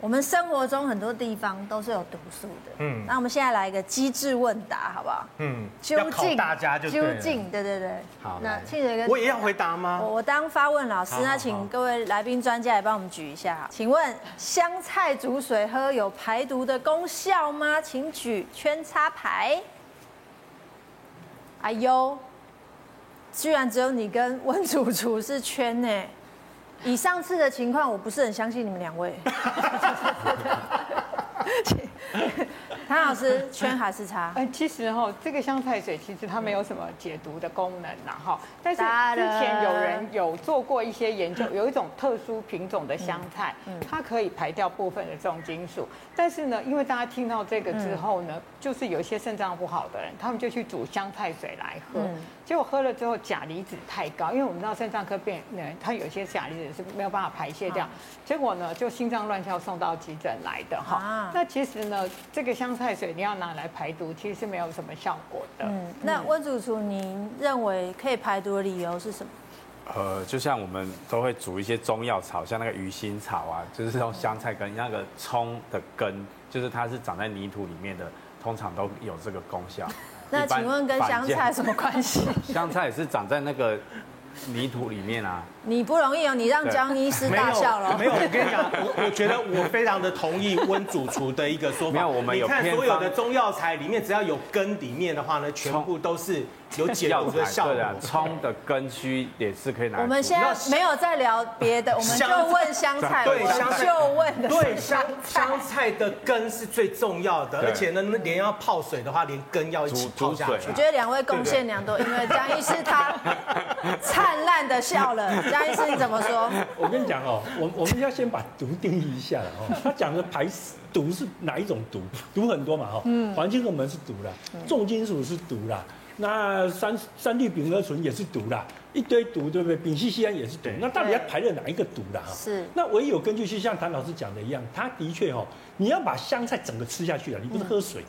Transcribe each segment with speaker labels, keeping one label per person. Speaker 1: 我们生活中很多地方都是有毒素的。
Speaker 2: 嗯
Speaker 1: 嗯，那我们现在来一个机智问答，好不好？
Speaker 2: 嗯，要考大家就对
Speaker 1: 究
Speaker 2: 了
Speaker 1: 竟，对对对。
Speaker 2: 好
Speaker 1: 那
Speaker 2: 来
Speaker 1: 庆姐跟
Speaker 2: 我也要回答吗
Speaker 1: 哦我？我当发问老师，
Speaker 2: 好好
Speaker 1: 那
Speaker 2: 好
Speaker 1: 请各位来宾专家来帮我们举一下哈。请问香菜煮水喝有排毒的功效吗？请举圈插牌。哎呦，居然只有你跟温楚楚是圈呢。以上次的情况，我不是很相信你们两位。 唐老师，圈还是叉？
Speaker 3: 呃，其实哈、这个香菜水其实它没有什么解毒的功能啦哈，但是
Speaker 1: 当
Speaker 3: 之
Speaker 1: 然
Speaker 3: 前有人有做过一 些研究，有一种特殊品种的香菜，
Speaker 1: 嗯
Speaker 3: 它可以排掉部分的重金属，但是呢，因为大家听到这个之后呢，就是有一些肾脏不好的人，他们就去煮香菜水来喝，
Speaker 1: 嗯
Speaker 3: 结果喝了之后钾离子太高，因为我们知道肾脏科病人呃他有一些钾离子是没有办法排泄掉，
Speaker 1: 啊
Speaker 3: 结果呢就心脏乱跳送到急诊来的哈。
Speaker 1: 啊
Speaker 3: 那其实呢，这个香菜水你要拿来排毒，其实是没有什么效果的。
Speaker 1: 嗯，那温主厨，您认为可以排毒的理由是什么？
Speaker 4: 呃，就像我们都会煮一些中药草，像那个鱼腥草啊，就是用香菜跟那个葱的根，就是它是长在泥土里面的，通常都有这个功效。
Speaker 1: 那
Speaker 4: 一般
Speaker 1: 请问跟
Speaker 4: 坊
Speaker 1: 香
Speaker 4: 间
Speaker 1: 菜有什么关系？
Speaker 4: 香菜也是长在那个泥土里面啊。
Speaker 1: 你不容易哦，你让江医师大笑了。
Speaker 2: 没有，我跟你讲，我我觉得我非常的同意温主厨的一个说法。
Speaker 4: 没有我们有
Speaker 2: 你看
Speaker 4: 偏
Speaker 2: 所有
Speaker 4: 方
Speaker 2: 的中药材里面，只要有根里面的话呢，全部都是有解
Speaker 4: 药
Speaker 2: 毒的
Speaker 4: 材
Speaker 2: 效
Speaker 4: 对啊，
Speaker 2: 果。
Speaker 4: 葱的根须也是可以拿来煮。
Speaker 1: 我们现在没有在聊别的，我们就问香菜，我
Speaker 2: 对香
Speaker 1: 们
Speaker 2: 菜
Speaker 1: 就问的
Speaker 2: 对
Speaker 1: 是
Speaker 2: 香香菜的根是最重要的，
Speaker 4: 对
Speaker 2: 而且呢，那连要泡水的话，连根要一起
Speaker 4: 煮
Speaker 2: 泡
Speaker 4: 煮
Speaker 2: 下
Speaker 4: 水
Speaker 2: 去
Speaker 1: 我。觉得两位贡献良多，因为江医师他灿烂的笑了。江医师你怎么说？
Speaker 5: 我跟你讲哦，我我们要先把毒定义一下哦。他讲的排毒是哪一种毒？毒很多嘛哈、
Speaker 1: 嗯
Speaker 5: 哦，环境荷尔蒙是毒啦，重金属是毒啦，那三三氯丙二醇也是毒啦，一堆毒对不对？丙烯酰胺也是毒
Speaker 4: 对，
Speaker 5: 那到底要排的哪一个毒啦？哈哦
Speaker 1: 是
Speaker 5: 那唯一有根据是像谭老师讲的一样，他的确哦，你要把香菜整个吃下去啊，你
Speaker 1: 嗯
Speaker 5: 不是喝水，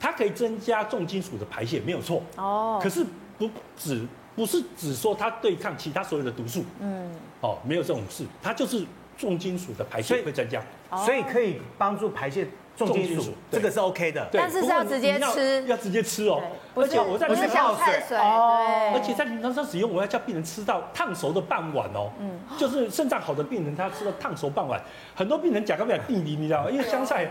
Speaker 5: 它可以增加重金属的排泄，没有错。
Speaker 1: 哦
Speaker 5: 可是不只不是只说它对抗其他所有的毒素，嗯，哦，没有这种事，它就是重金属的排
Speaker 2: 所以
Speaker 5: 泄会增加。
Speaker 2: 所以可以帮助排泄重金
Speaker 5: 重金
Speaker 2: 属
Speaker 5: 属，
Speaker 2: 这
Speaker 5: 对
Speaker 2: 个是 OK 的。
Speaker 5: 对
Speaker 1: 但是是
Speaker 5: 不过
Speaker 1: 要
Speaker 5: 你
Speaker 1: 直接
Speaker 5: 你要
Speaker 1: 吃
Speaker 5: 要直接吃哦
Speaker 1: 对。
Speaker 5: 而且我在
Speaker 1: 不
Speaker 5: 临
Speaker 1: 是香
Speaker 5: 床，
Speaker 1: 菜水，
Speaker 2: 哦
Speaker 1: 对，
Speaker 5: 而且在临床上使用，我要叫病人吃到烫熟的傍晚哦。嗯，就是肾脏好的病人，他吃到烫熟傍晚，很多病人甲肝不了病理，你知 道吗？因为香菜，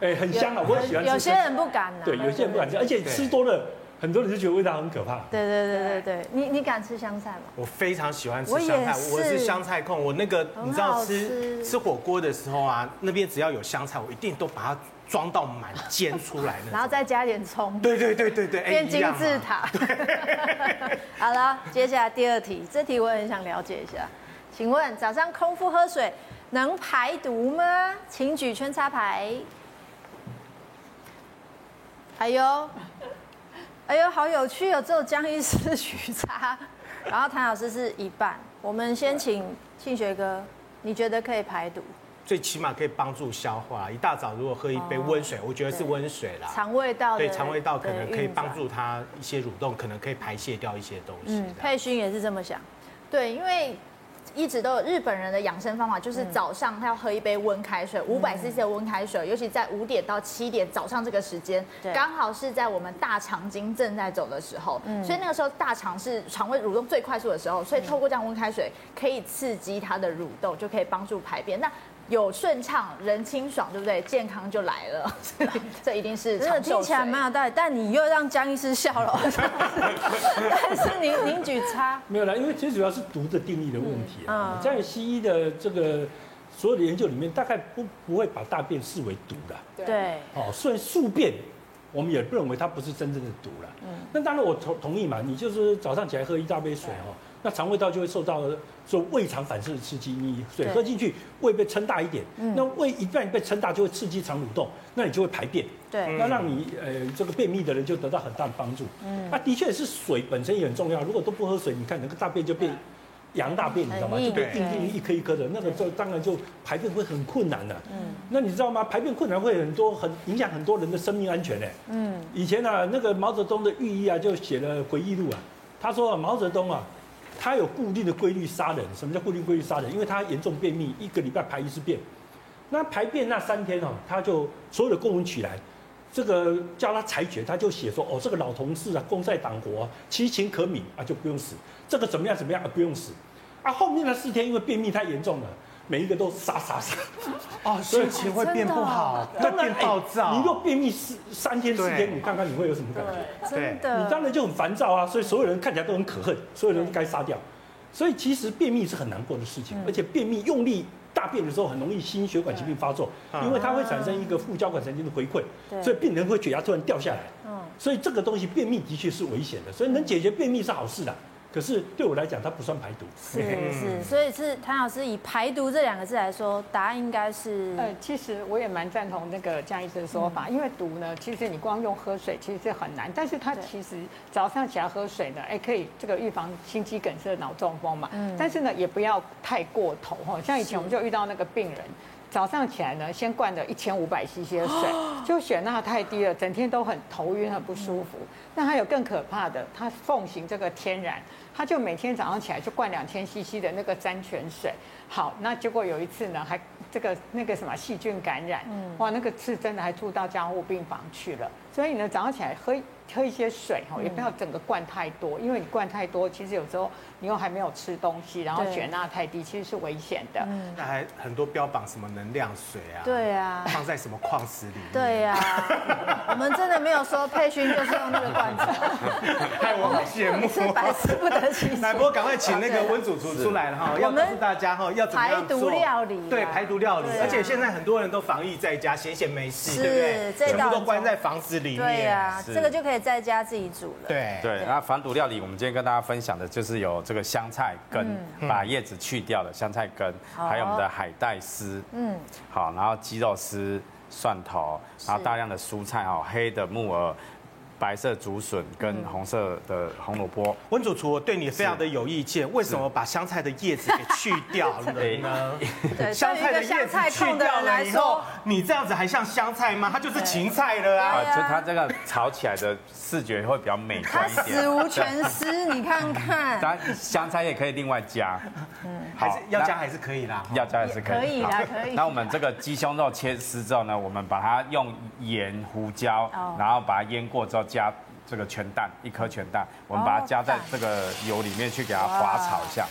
Speaker 5: 哎，很香啊，我很喜欢吃。
Speaker 1: 有些人不敢拿。
Speaker 5: 对，有些人不敢吃，啊而且吃多了，很多人就觉得味道很可怕。
Speaker 1: 对对对对对，你你敢吃香菜吗？
Speaker 2: 我非常喜欢吃
Speaker 1: 我也
Speaker 2: 香菜，
Speaker 1: 是
Speaker 2: 我是香菜控。我那个
Speaker 1: 很
Speaker 2: 你知道
Speaker 1: 好
Speaker 2: 吃
Speaker 1: 吃
Speaker 2: 吃火锅的时候啊，那边只要有香菜，我一定都把它装到满煎出来
Speaker 1: 然
Speaker 2: 的。
Speaker 1: 后再加点葱。
Speaker 2: 对对对对对，哎
Speaker 1: 变
Speaker 2: 一
Speaker 1: 金
Speaker 2: 样啊
Speaker 1: 字塔。 好了，接下来第二题，这题我也很想了解一下。请问早上空腹喝水能排毒吗？请举圈插牌。哎呦，哎呦，好有趣哦！只有江医师举叉， 然后谭老师是一半。我们先请庆学哥，你觉得可以排毒？
Speaker 2: 最起码可以帮助消化。一大早如果喝一杯温水，我觉得是温水啦。
Speaker 1: 哦肠胃道的
Speaker 2: 对肠胃道可能可以
Speaker 1: 运转
Speaker 2: 帮助它一些蠕动，可能可以排泄掉一些东西
Speaker 1: 嗯，。
Speaker 2: 这样
Speaker 1: 佩勋也是这么想。
Speaker 6: 对，因为一直都有日本人的养生方法，
Speaker 1: 嗯
Speaker 6: 就是早上他要喝一杯温开水，五百 CC 的温开水，尤其在五点到七点早上这个时间
Speaker 1: 对，
Speaker 6: 刚好是在我们大肠经正在走的时候，
Speaker 1: 嗯
Speaker 6: 所以那个时候大肠是肠胃蠕动最快速的时候，所以透过这样温开水可以刺激它的蠕动，就可以帮助排便。那有顺畅，人清爽，对不对？健康就来了， 这一定是
Speaker 1: 真的
Speaker 6: 长寿
Speaker 1: 听起来
Speaker 6: 水
Speaker 1: 蛮有道理，但你又让江医师笑 了。但是您您举叉，
Speaker 5: 没有啦，因为最主要是毒的定义的问题
Speaker 1: 嗯
Speaker 5: 啊。
Speaker 1: 嗯
Speaker 5: 在西医的这个所有的研究里面，大概不不会把大便视为毒的。
Speaker 1: 对，
Speaker 5: 哦，所以宿便，我们也不认为它不是真正的毒了。嗯，那当然我同同意嘛，你就是早上起来喝一大杯水哦，那肠胃道就会受到说胃肠反射的刺激，你水
Speaker 1: 对
Speaker 5: 喝进去，胃被撑大一点，那胃一旦被撑大就会刺激肠蠕动，那你就会排便。
Speaker 4: 嗯
Speaker 1: 对
Speaker 5: 那让你呃这个便秘的人就得到很大的帮助。嗯，那的确是水本身也很重要，如果都不喝水，你看那个大便就变羊大便，你知道吗？
Speaker 1: 很硬
Speaker 5: 就被
Speaker 1: 对
Speaker 5: 硬硬一颗一颗的，那个就当然就排便会很困难了、嗯，那你知道吗？排便困难会很多，很影响很多人的生命安全呢、嗯，以前啊，那个毛泽东的寓意啊，就写了回忆录啊，他说、啊、毛泽东啊。他有固定的规律杀人，什么叫固定规律杀人？因为他严重便秘，一个礼拜排一次便，那排便那三天哦，他就所有的公文起来，这个叫他裁决，他就写说哦，这个老同事啊，共在党国、啊，其情可悯啊，就不用死。这个怎么样怎么样啊，不用死。啊，后面的四天因为便秘太严重了，每一个都杀 杀杀。
Speaker 2: 哦，心情会
Speaker 1: 啊
Speaker 2: 变不好，会
Speaker 5: 当然
Speaker 2: 变暴
Speaker 5: 哎
Speaker 2: 躁。
Speaker 5: 你若便秘四三天四
Speaker 2: 对
Speaker 5: 天，你看看你会有什么感觉？
Speaker 1: 真
Speaker 5: 你当
Speaker 1: 的，
Speaker 5: 然就很烦躁啊，所以所有人看起来都很可恨，所有人都该杀掉。所以其实便秘是很难过的事
Speaker 1: 嗯
Speaker 5: 情，而且便秘用力大便的时候很容易心血管疾病发作，
Speaker 2: 嗯
Speaker 5: 因为它会产生一个副交感神经的回馈
Speaker 1: 对，
Speaker 5: 所以病人会血压突然掉下来。
Speaker 1: 嗯，
Speaker 5: 所以这个东西便秘的确是危险的，所以能解决便秘是好事的。可是对我来讲，它不算排毒。
Speaker 1: 是是，
Speaker 4: 嗯
Speaker 1: 所以是谭老师以排毒这两个字来说，答案应该是
Speaker 4: 哎
Speaker 3: 呃，其实我也蛮赞同那个江医师的说法，因为毒呢，其实你光用喝水其实是很难，但是它
Speaker 1: 对
Speaker 3: 其实早上起来喝水呢，哎，可以这个预防心肌梗塞、脑中风嘛。但是呢，也不要太过头哈。像以前我们就遇到那个病人。早上起来呢，先灌了一千五百 CC 的水，就血钠太低了，整天都很头晕、很不舒服。那还有更可怕的，他奉行这个天然，他就每天早上起来就灌两千 CC 的那个山泉水。好，那结果有一次呢，还这个那个什么细菌感染，
Speaker 1: 嗯
Speaker 3: 哇，那个次真的还住到加护病房去了。所以呢，早上起来喝一喝一些水哈，
Speaker 1: 嗯
Speaker 3: 也不要整个灌太多，因为你灌太多，其实有时候你又还没有吃东西，然后
Speaker 1: 对嗯
Speaker 3: 血钠太低，其实是危险的。
Speaker 2: 那还很多标榜什么能量水啊，，
Speaker 1: 对啊。
Speaker 2: 放在什么矿石 里面，
Speaker 1: 对呀、我们真的没有说佩勋就是用那个罐 子，
Speaker 2: 害我好 羡慕。
Speaker 1: 是百思不得其
Speaker 2: 来，
Speaker 1: 解。
Speaker 2: 不过赶快请那个温主厨出来了哈，要
Speaker 1: 我
Speaker 2: 告
Speaker 1: 们
Speaker 2: 诉大家哈，要怎么样做
Speaker 1: 排毒料理啊
Speaker 2: 对，排毒料理
Speaker 1: 对，啊
Speaker 2: 而且现在很多人都防疫在家，闲闲没事，
Speaker 1: 是
Speaker 2: 对不
Speaker 1: 这
Speaker 2: 对？全
Speaker 1: 倒
Speaker 2: 部都
Speaker 1: 是
Speaker 2: 关在房子里面，
Speaker 1: 对啊呀、
Speaker 4: 是
Speaker 1: 这个就可以在家自己煮了。
Speaker 2: 对
Speaker 4: 对，那防毒料理，我们今天跟大家分享的就是有这个香菜根，把叶子去掉的香菜根，
Speaker 1: 好
Speaker 4: 还有我们的海带丝，嗯，好，然后鸡肉丝、蒜头，然后大量的蔬菜哦，黑的木耳、白色竹笋跟红色的红萝卜。
Speaker 2: 温主厨，我对你非常的有意见，为什么把香菜的叶子给去掉了呢？
Speaker 1: 对，
Speaker 2: 香
Speaker 1: 对于一
Speaker 2: 菜的
Speaker 1: 个
Speaker 2: 叶
Speaker 1: 香
Speaker 2: 子
Speaker 1: 菜
Speaker 2: 去
Speaker 1: 控的
Speaker 2: 掉
Speaker 1: 人
Speaker 2: 了
Speaker 1: 来
Speaker 2: 以后
Speaker 1: 说，，
Speaker 2: 你这样子还像香菜吗？它就是芹菜了啊
Speaker 1: 对！
Speaker 4: 啊，
Speaker 1: 呀
Speaker 4: 就它这个炒起来的视觉会比较美
Speaker 1: 他
Speaker 4: 观一
Speaker 1: 死
Speaker 4: 点。嗯
Speaker 1: 无全尸，你看看。
Speaker 4: 当然，香菜也可以另外加，嗯，
Speaker 2: 还是要加还是可以啦。
Speaker 4: 要加也是可以，
Speaker 1: 可以啦
Speaker 4: 好
Speaker 1: 可以
Speaker 4: 那我们这个鸡胸肉切丝之后呢，我们把它用盐、胡椒
Speaker 1: 哦，
Speaker 4: 然后把它腌过之后加这个全蛋，一颗全蛋，
Speaker 1: 哦
Speaker 4: 我们把它加在这个油里面去给它滑炒一下，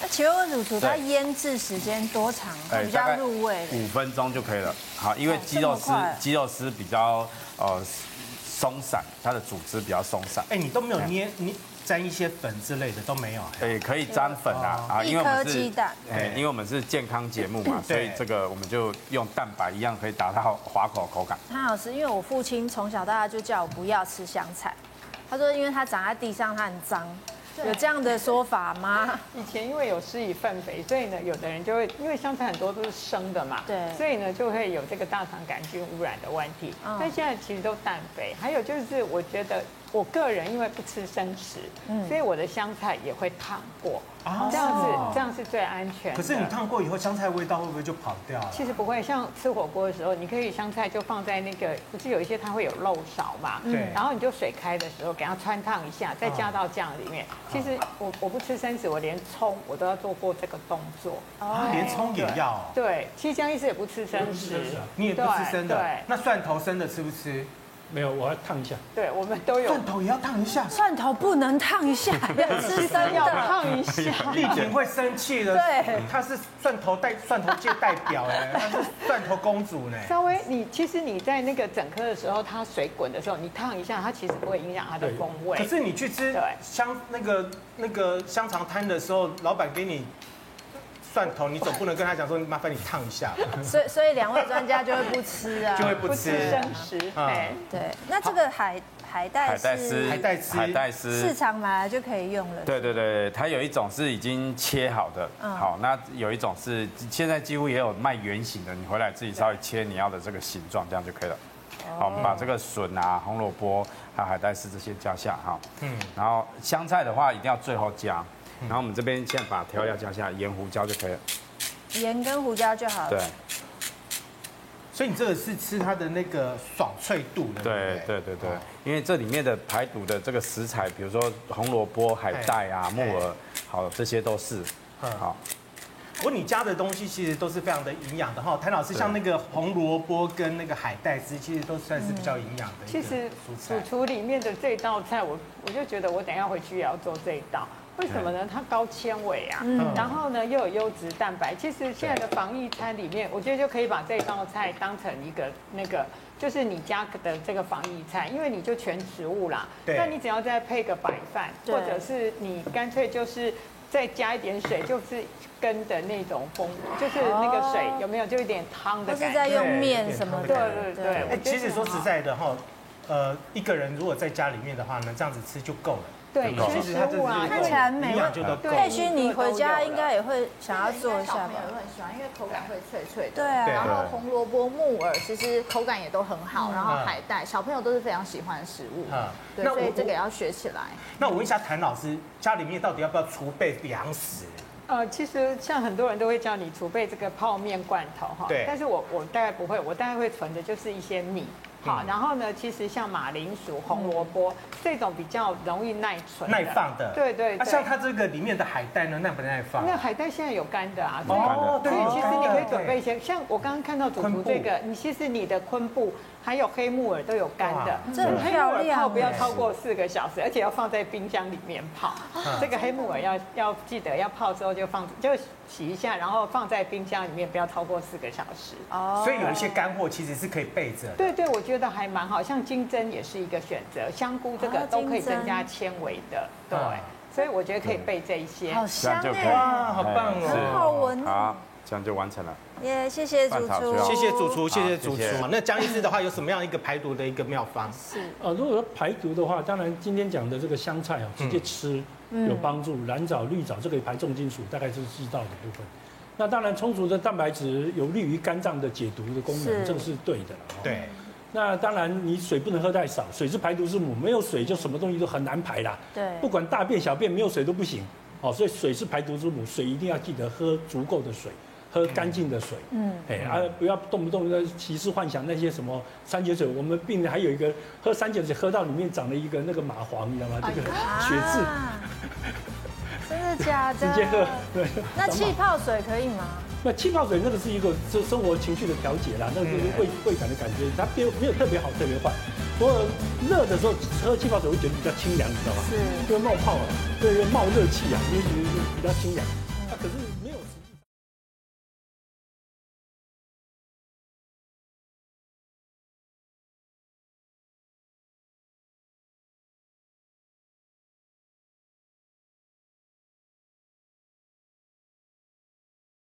Speaker 1: 那请问主厨，
Speaker 4: 对
Speaker 1: 它腌制时间多长会比
Speaker 4: 哎大
Speaker 1: 较
Speaker 4: 概
Speaker 1: 入味？
Speaker 4: 五分钟就可以了。好，因为
Speaker 1: 哦
Speaker 4: 鸡肉丝
Speaker 1: 这么快
Speaker 4: 鸡肉丝比较呃松散，它的组织比较松散。
Speaker 2: 哎，你都没有捏，你沾一些粉之类的都没有。哎
Speaker 4: 对，哎可以沾粉啊啊，
Speaker 1: 哦一
Speaker 4: 因为我们
Speaker 1: 颗
Speaker 4: 是
Speaker 1: 鸡蛋
Speaker 4: 哎，因为我们是健康节目嘛，所以
Speaker 2: 对
Speaker 4: 这个我们就用蛋白一样可以达到滑口口感。
Speaker 1: 潘老师，因为我父亲从小到大就叫我不要吃香菜，他说因为它长在地上，它很脏，有这样的说法 吗？
Speaker 3: 以前因为有施以粪肥，所以呢，有的人就会因为香菜很多都是生的嘛，
Speaker 1: 对
Speaker 3: 所以呢就会有这个大肠杆菌污染的问题。
Speaker 1: 嗯
Speaker 3: 但现在其实都氮肥，还有就是我觉得我个人因为不吃生食，
Speaker 1: 嗯
Speaker 3: 所以我的香菜也会烫过，
Speaker 2: 哦
Speaker 3: 这样子这样是最安全的。
Speaker 2: 可是你烫过以后，香菜味道会不会就跑掉了？
Speaker 3: 其实不会，像吃火锅的时候，你可以香菜就放在那个，不是有一些它会有漏勺嘛，
Speaker 2: 嗯对嗯
Speaker 3: 然后你就水开的时候给它穿烫一下，再加到酱里面。其实我我不吃生食，我连葱我都要做过这个动作。
Speaker 2: 啊连葱也要哦。
Speaker 3: 对，其实江医师也不吃生食，
Speaker 5: 啊
Speaker 2: 你也不吃生的
Speaker 3: 对，
Speaker 2: 那蒜头生的吃不吃？
Speaker 5: 没有，我要烫一下。
Speaker 3: 对，对我们都有
Speaker 2: 蒜。头也要烫一下。
Speaker 1: 蒜头不能烫一下，要吃生
Speaker 3: 要
Speaker 1: 的。
Speaker 3: 烫一下，
Speaker 2: 丽婷会生气的，
Speaker 1: 对，
Speaker 2: 她是蒜头 代蒜头界代表哎，她是蒜头公主呢。
Speaker 3: 稍微你其实你在那个整颗的时候，它水滚的时候，你烫一下，它其实不会影响它的
Speaker 5: 对
Speaker 3: 风味。
Speaker 2: 可是你去吃
Speaker 3: 对
Speaker 2: 香那个那个香肠摊的时候，老板给你蒜头，你总不能跟他讲说麻烦你烫一下 吧，
Speaker 1: 所以所以两位专家就会不吃啊
Speaker 2: 就。会不吃。
Speaker 3: 生食，
Speaker 2: 嗯
Speaker 3: 哎、
Speaker 1: 对，那这个海海带
Speaker 4: 海带丝，
Speaker 2: 海
Speaker 1: 是
Speaker 2: 带丝
Speaker 4: 海带丝，
Speaker 1: 市场买来就可以用了。
Speaker 4: 对对对，它有一种是已经切好的，
Speaker 1: 嗯
Speaker 4: 好，那有一种是现在几乎也有卖圆形的，你回来自己稍微切你要的这个形状，这样就可以了。好，我们把这个笋啊、红萝卜还有海带丝这些加下哈，嗯，然后香菜的话一定要最后加，然后我们这边现在把调料加下，盐、胡椒就可以了。
Speaker 1: 盐跟胡椒就好
Speaker 4: 对
Speaker 1: 了。
Speaker 2: 所以你这个是吃它的那个爽脆度的，
Speaker 4: 对
Speaker 2: 不
Speaker 4: 对对对，因为这里面的排毒的这个食材，比如说红萝卜、海带啊、木耳，好，这些都是
Speaker 2: 嗯
Speaker 4: 好。
Speaker 2: 不过你加的东西其实都是非常的营养的哈。谭老师，
Speaker 4: 对
Speaker 2: 像那个红萝卜跟那个海带丝，其实都算是比较营养的一个
Speaker 3: 其实
Speaker 2: 蔬
Speaker 3: 主
Speaker 2: 菜。
Speaker 3: 厨里面的这道菜，我我就觉得我等一下回去也要做这一道。为什么呢？它高纤维啊，
Speaker 1: 嗯
Speaker 2: 嗯
Speaker 3: 然后呢又有优质蛋白。其实现在的防疫餐里面，我觉得就可以把这道菜当成一个那个，就是你家的这个防疫菜，因为你就全食物啦。
Speaker 2: 对
Speaker 3: 那你只要再配个白饭，
Speaker 1: 对
Speaker 3: 或者是你干脆就是再加一点水，就是跟的那种风，就是那个水有没有就一点汤
Speaker 1: 哦或
Speaker 3: 的
Speaker 1: 是
Speaker 3: 感
Speaker 1: 在
Speaker 3: 觉。
Speaker 1: 用面什么的，
Speaker 3: 对对对
Speaker 2: 哎，其实说实
Speaker 3: 在。
Speaker 2: 在的哈，呃，一个人如果在家里面的话呢，这样子吃就够了。
Speaker 3: 对，
Speaker 4: 对
Speaker 3: 全
Speaker 2: 其
Speaker 3: 食
Speaker 2: 实它真
Speaker 3: 物啊，
Speaker 2: 的
Speaker 1: 看起来很美
Speaker 2: 营养就都够
Speaker 3: 对
Speaker 1: 佩
Speaker 2: 了。
Speaker 1: 勋，你回家应该也会想要做一下
Speaker 6: 小朋
Speaker 1: 吧？
Speaker 6: 友会很喜欢，因为口感会脆脆的。
Speaker 1: 对啊
Speaker 6: 然后红萝卜、木耳其实口感也都很好，
Speaker 1: 嗯
Speaker 6: 然后海带，小朋友都是非常喜欢的食物
Speaker 2: 嗯。
Speaker 6: 对，
Speaker 2: 那我
Speaker 6: 所以这个也要学起来。
Speaker 2: 那我问一下谭老师，家里面到底要不要储备粮食？
Speaker 3: 呃，其实像很多人都会叫你储备这个泡面罐头哈，
Speaker 2: 对
Speaker 3: 但是我我大概不会，我大概会存的就是一些米。好，
Speaker 2: 嗯
Speaker 3: 然后呢，其实像马铃薯、红萝卜、这种比较容易耐存、
Speaker 2: 耐放的，
Speaker 3: 对对
Speaker 2: 那
Speaker 3: 对。
Speaker 2: 像它这个里面的海带呢，耐不耐放？
Speaker 3: 那海带现在有干的啊，所以
Speaker 2: 哦
Speaker 3: 所以
Speaker 2: 对
Speaker 3: 其实你可以准备一些，像我刚刚看到主
Speaker 2: 昆
Speaker 3: 厨
Speaker 2: 布
Speaker 3: 这个，你其实你的昆布还有黑木耳都有干
Speaker 2: 哇
Speaker 3: 的，嗯
Speaker 1: 这很
Speaker 3: 黑木
Speaker 1: 漂
Speaker 3: 耳
Speaker 1: 亮哎
Speaker 3: 泡不要
Speaker 1: 耶
Speaker 3: 超过四个小时，而且要放在冰箱里面泡。
Speaker 1: 啊
Speaker 3: 这个黑木耳要要记得要泡之后就放就洗一下，然后放在冰箱里面不要超过四个小时。
Speaker 1: 哦
Speaker 2: 所以有一些干货其实是可以备着的。
Speaker 3: 对对，我觉得还蛮好，像金针也是一个选择，香菇这个
Speaker 1: 哦
Speaker 3: 都可以
Speaker 1: 金针
Speaker 3: 增加纤维的，对
Speaker 1: 啊
Speaker 2: 嗯，
Speaker 3: 所以我觉得可以备这一些。
Speaker 1: 好香
Speaker 4: 这样就可以
Speaker 1: 哎，
Speaker 2: 哇，好棒
Speaker 4: 哎是
Speaker 1: 很
Speaker 2: 哦！
Speaker 1: 好闻
Speaker 4: 好，这样就完成了。
Speaker 1: 耶！谢谢主
Speaker 4: 饭
Speaker 1: 厨
Speaker 4: 炒，
Speaker 2: 谢谢主厨，谢谢主
Speaker 4: 谢啊谢
Speaker 2: 厨。那江医师的话，有什么样一个排毒的一个妙方？
Speaker 5: 呃，如果说排毒的话，当然今天讲的这个香菜哦，直接吃
Speaker 1: 嗯
Speaker 5: 有帮助，蓝藻、绿藻这个也排重金属，大概是知道的部分。那当然，充足的蛋白质有利于肝脏的解毒的功
Speaker 1: 是
Speaker 5: 能，这个是对的了。哦。
Speaker 2: 对，
Speaker 5: 那当然，你水不能喝太少，水是排毒之母，没有水就什么东西都很难排啦。
Speaker 1: 对
Speaker 5: 不管大便小便没有水都不行。哦，所以水是排毒之母，水一定要记得喝足够的水，喝干净的水。嗯，哎啊，不要动不动的歧视幻想那些什么三节水。我们病人还有一个喝三节水喝到里面长了一个那个蚂蟥，你知道吗？这个血痣
Speaker 1: 哎啊真的假的？
Speaker 5: 直接喝。对
Speaker 1: 那气泡水可以吗？
Speaker 5: 那气泡水那个是一个就生活情绪的调节啦，那个就是
Speaker 1: 嗯
Speaker 5: 味味感的感觉，它没有没有特别好特别坏。不过热的时候喝气泡水会觉得比较清凉，你知道吗？
Speaker 1: 是嗯
Speaker 5: 就会冒泡啊，对，会冒热气啊，因为觉得比较清凉。啊，可是如果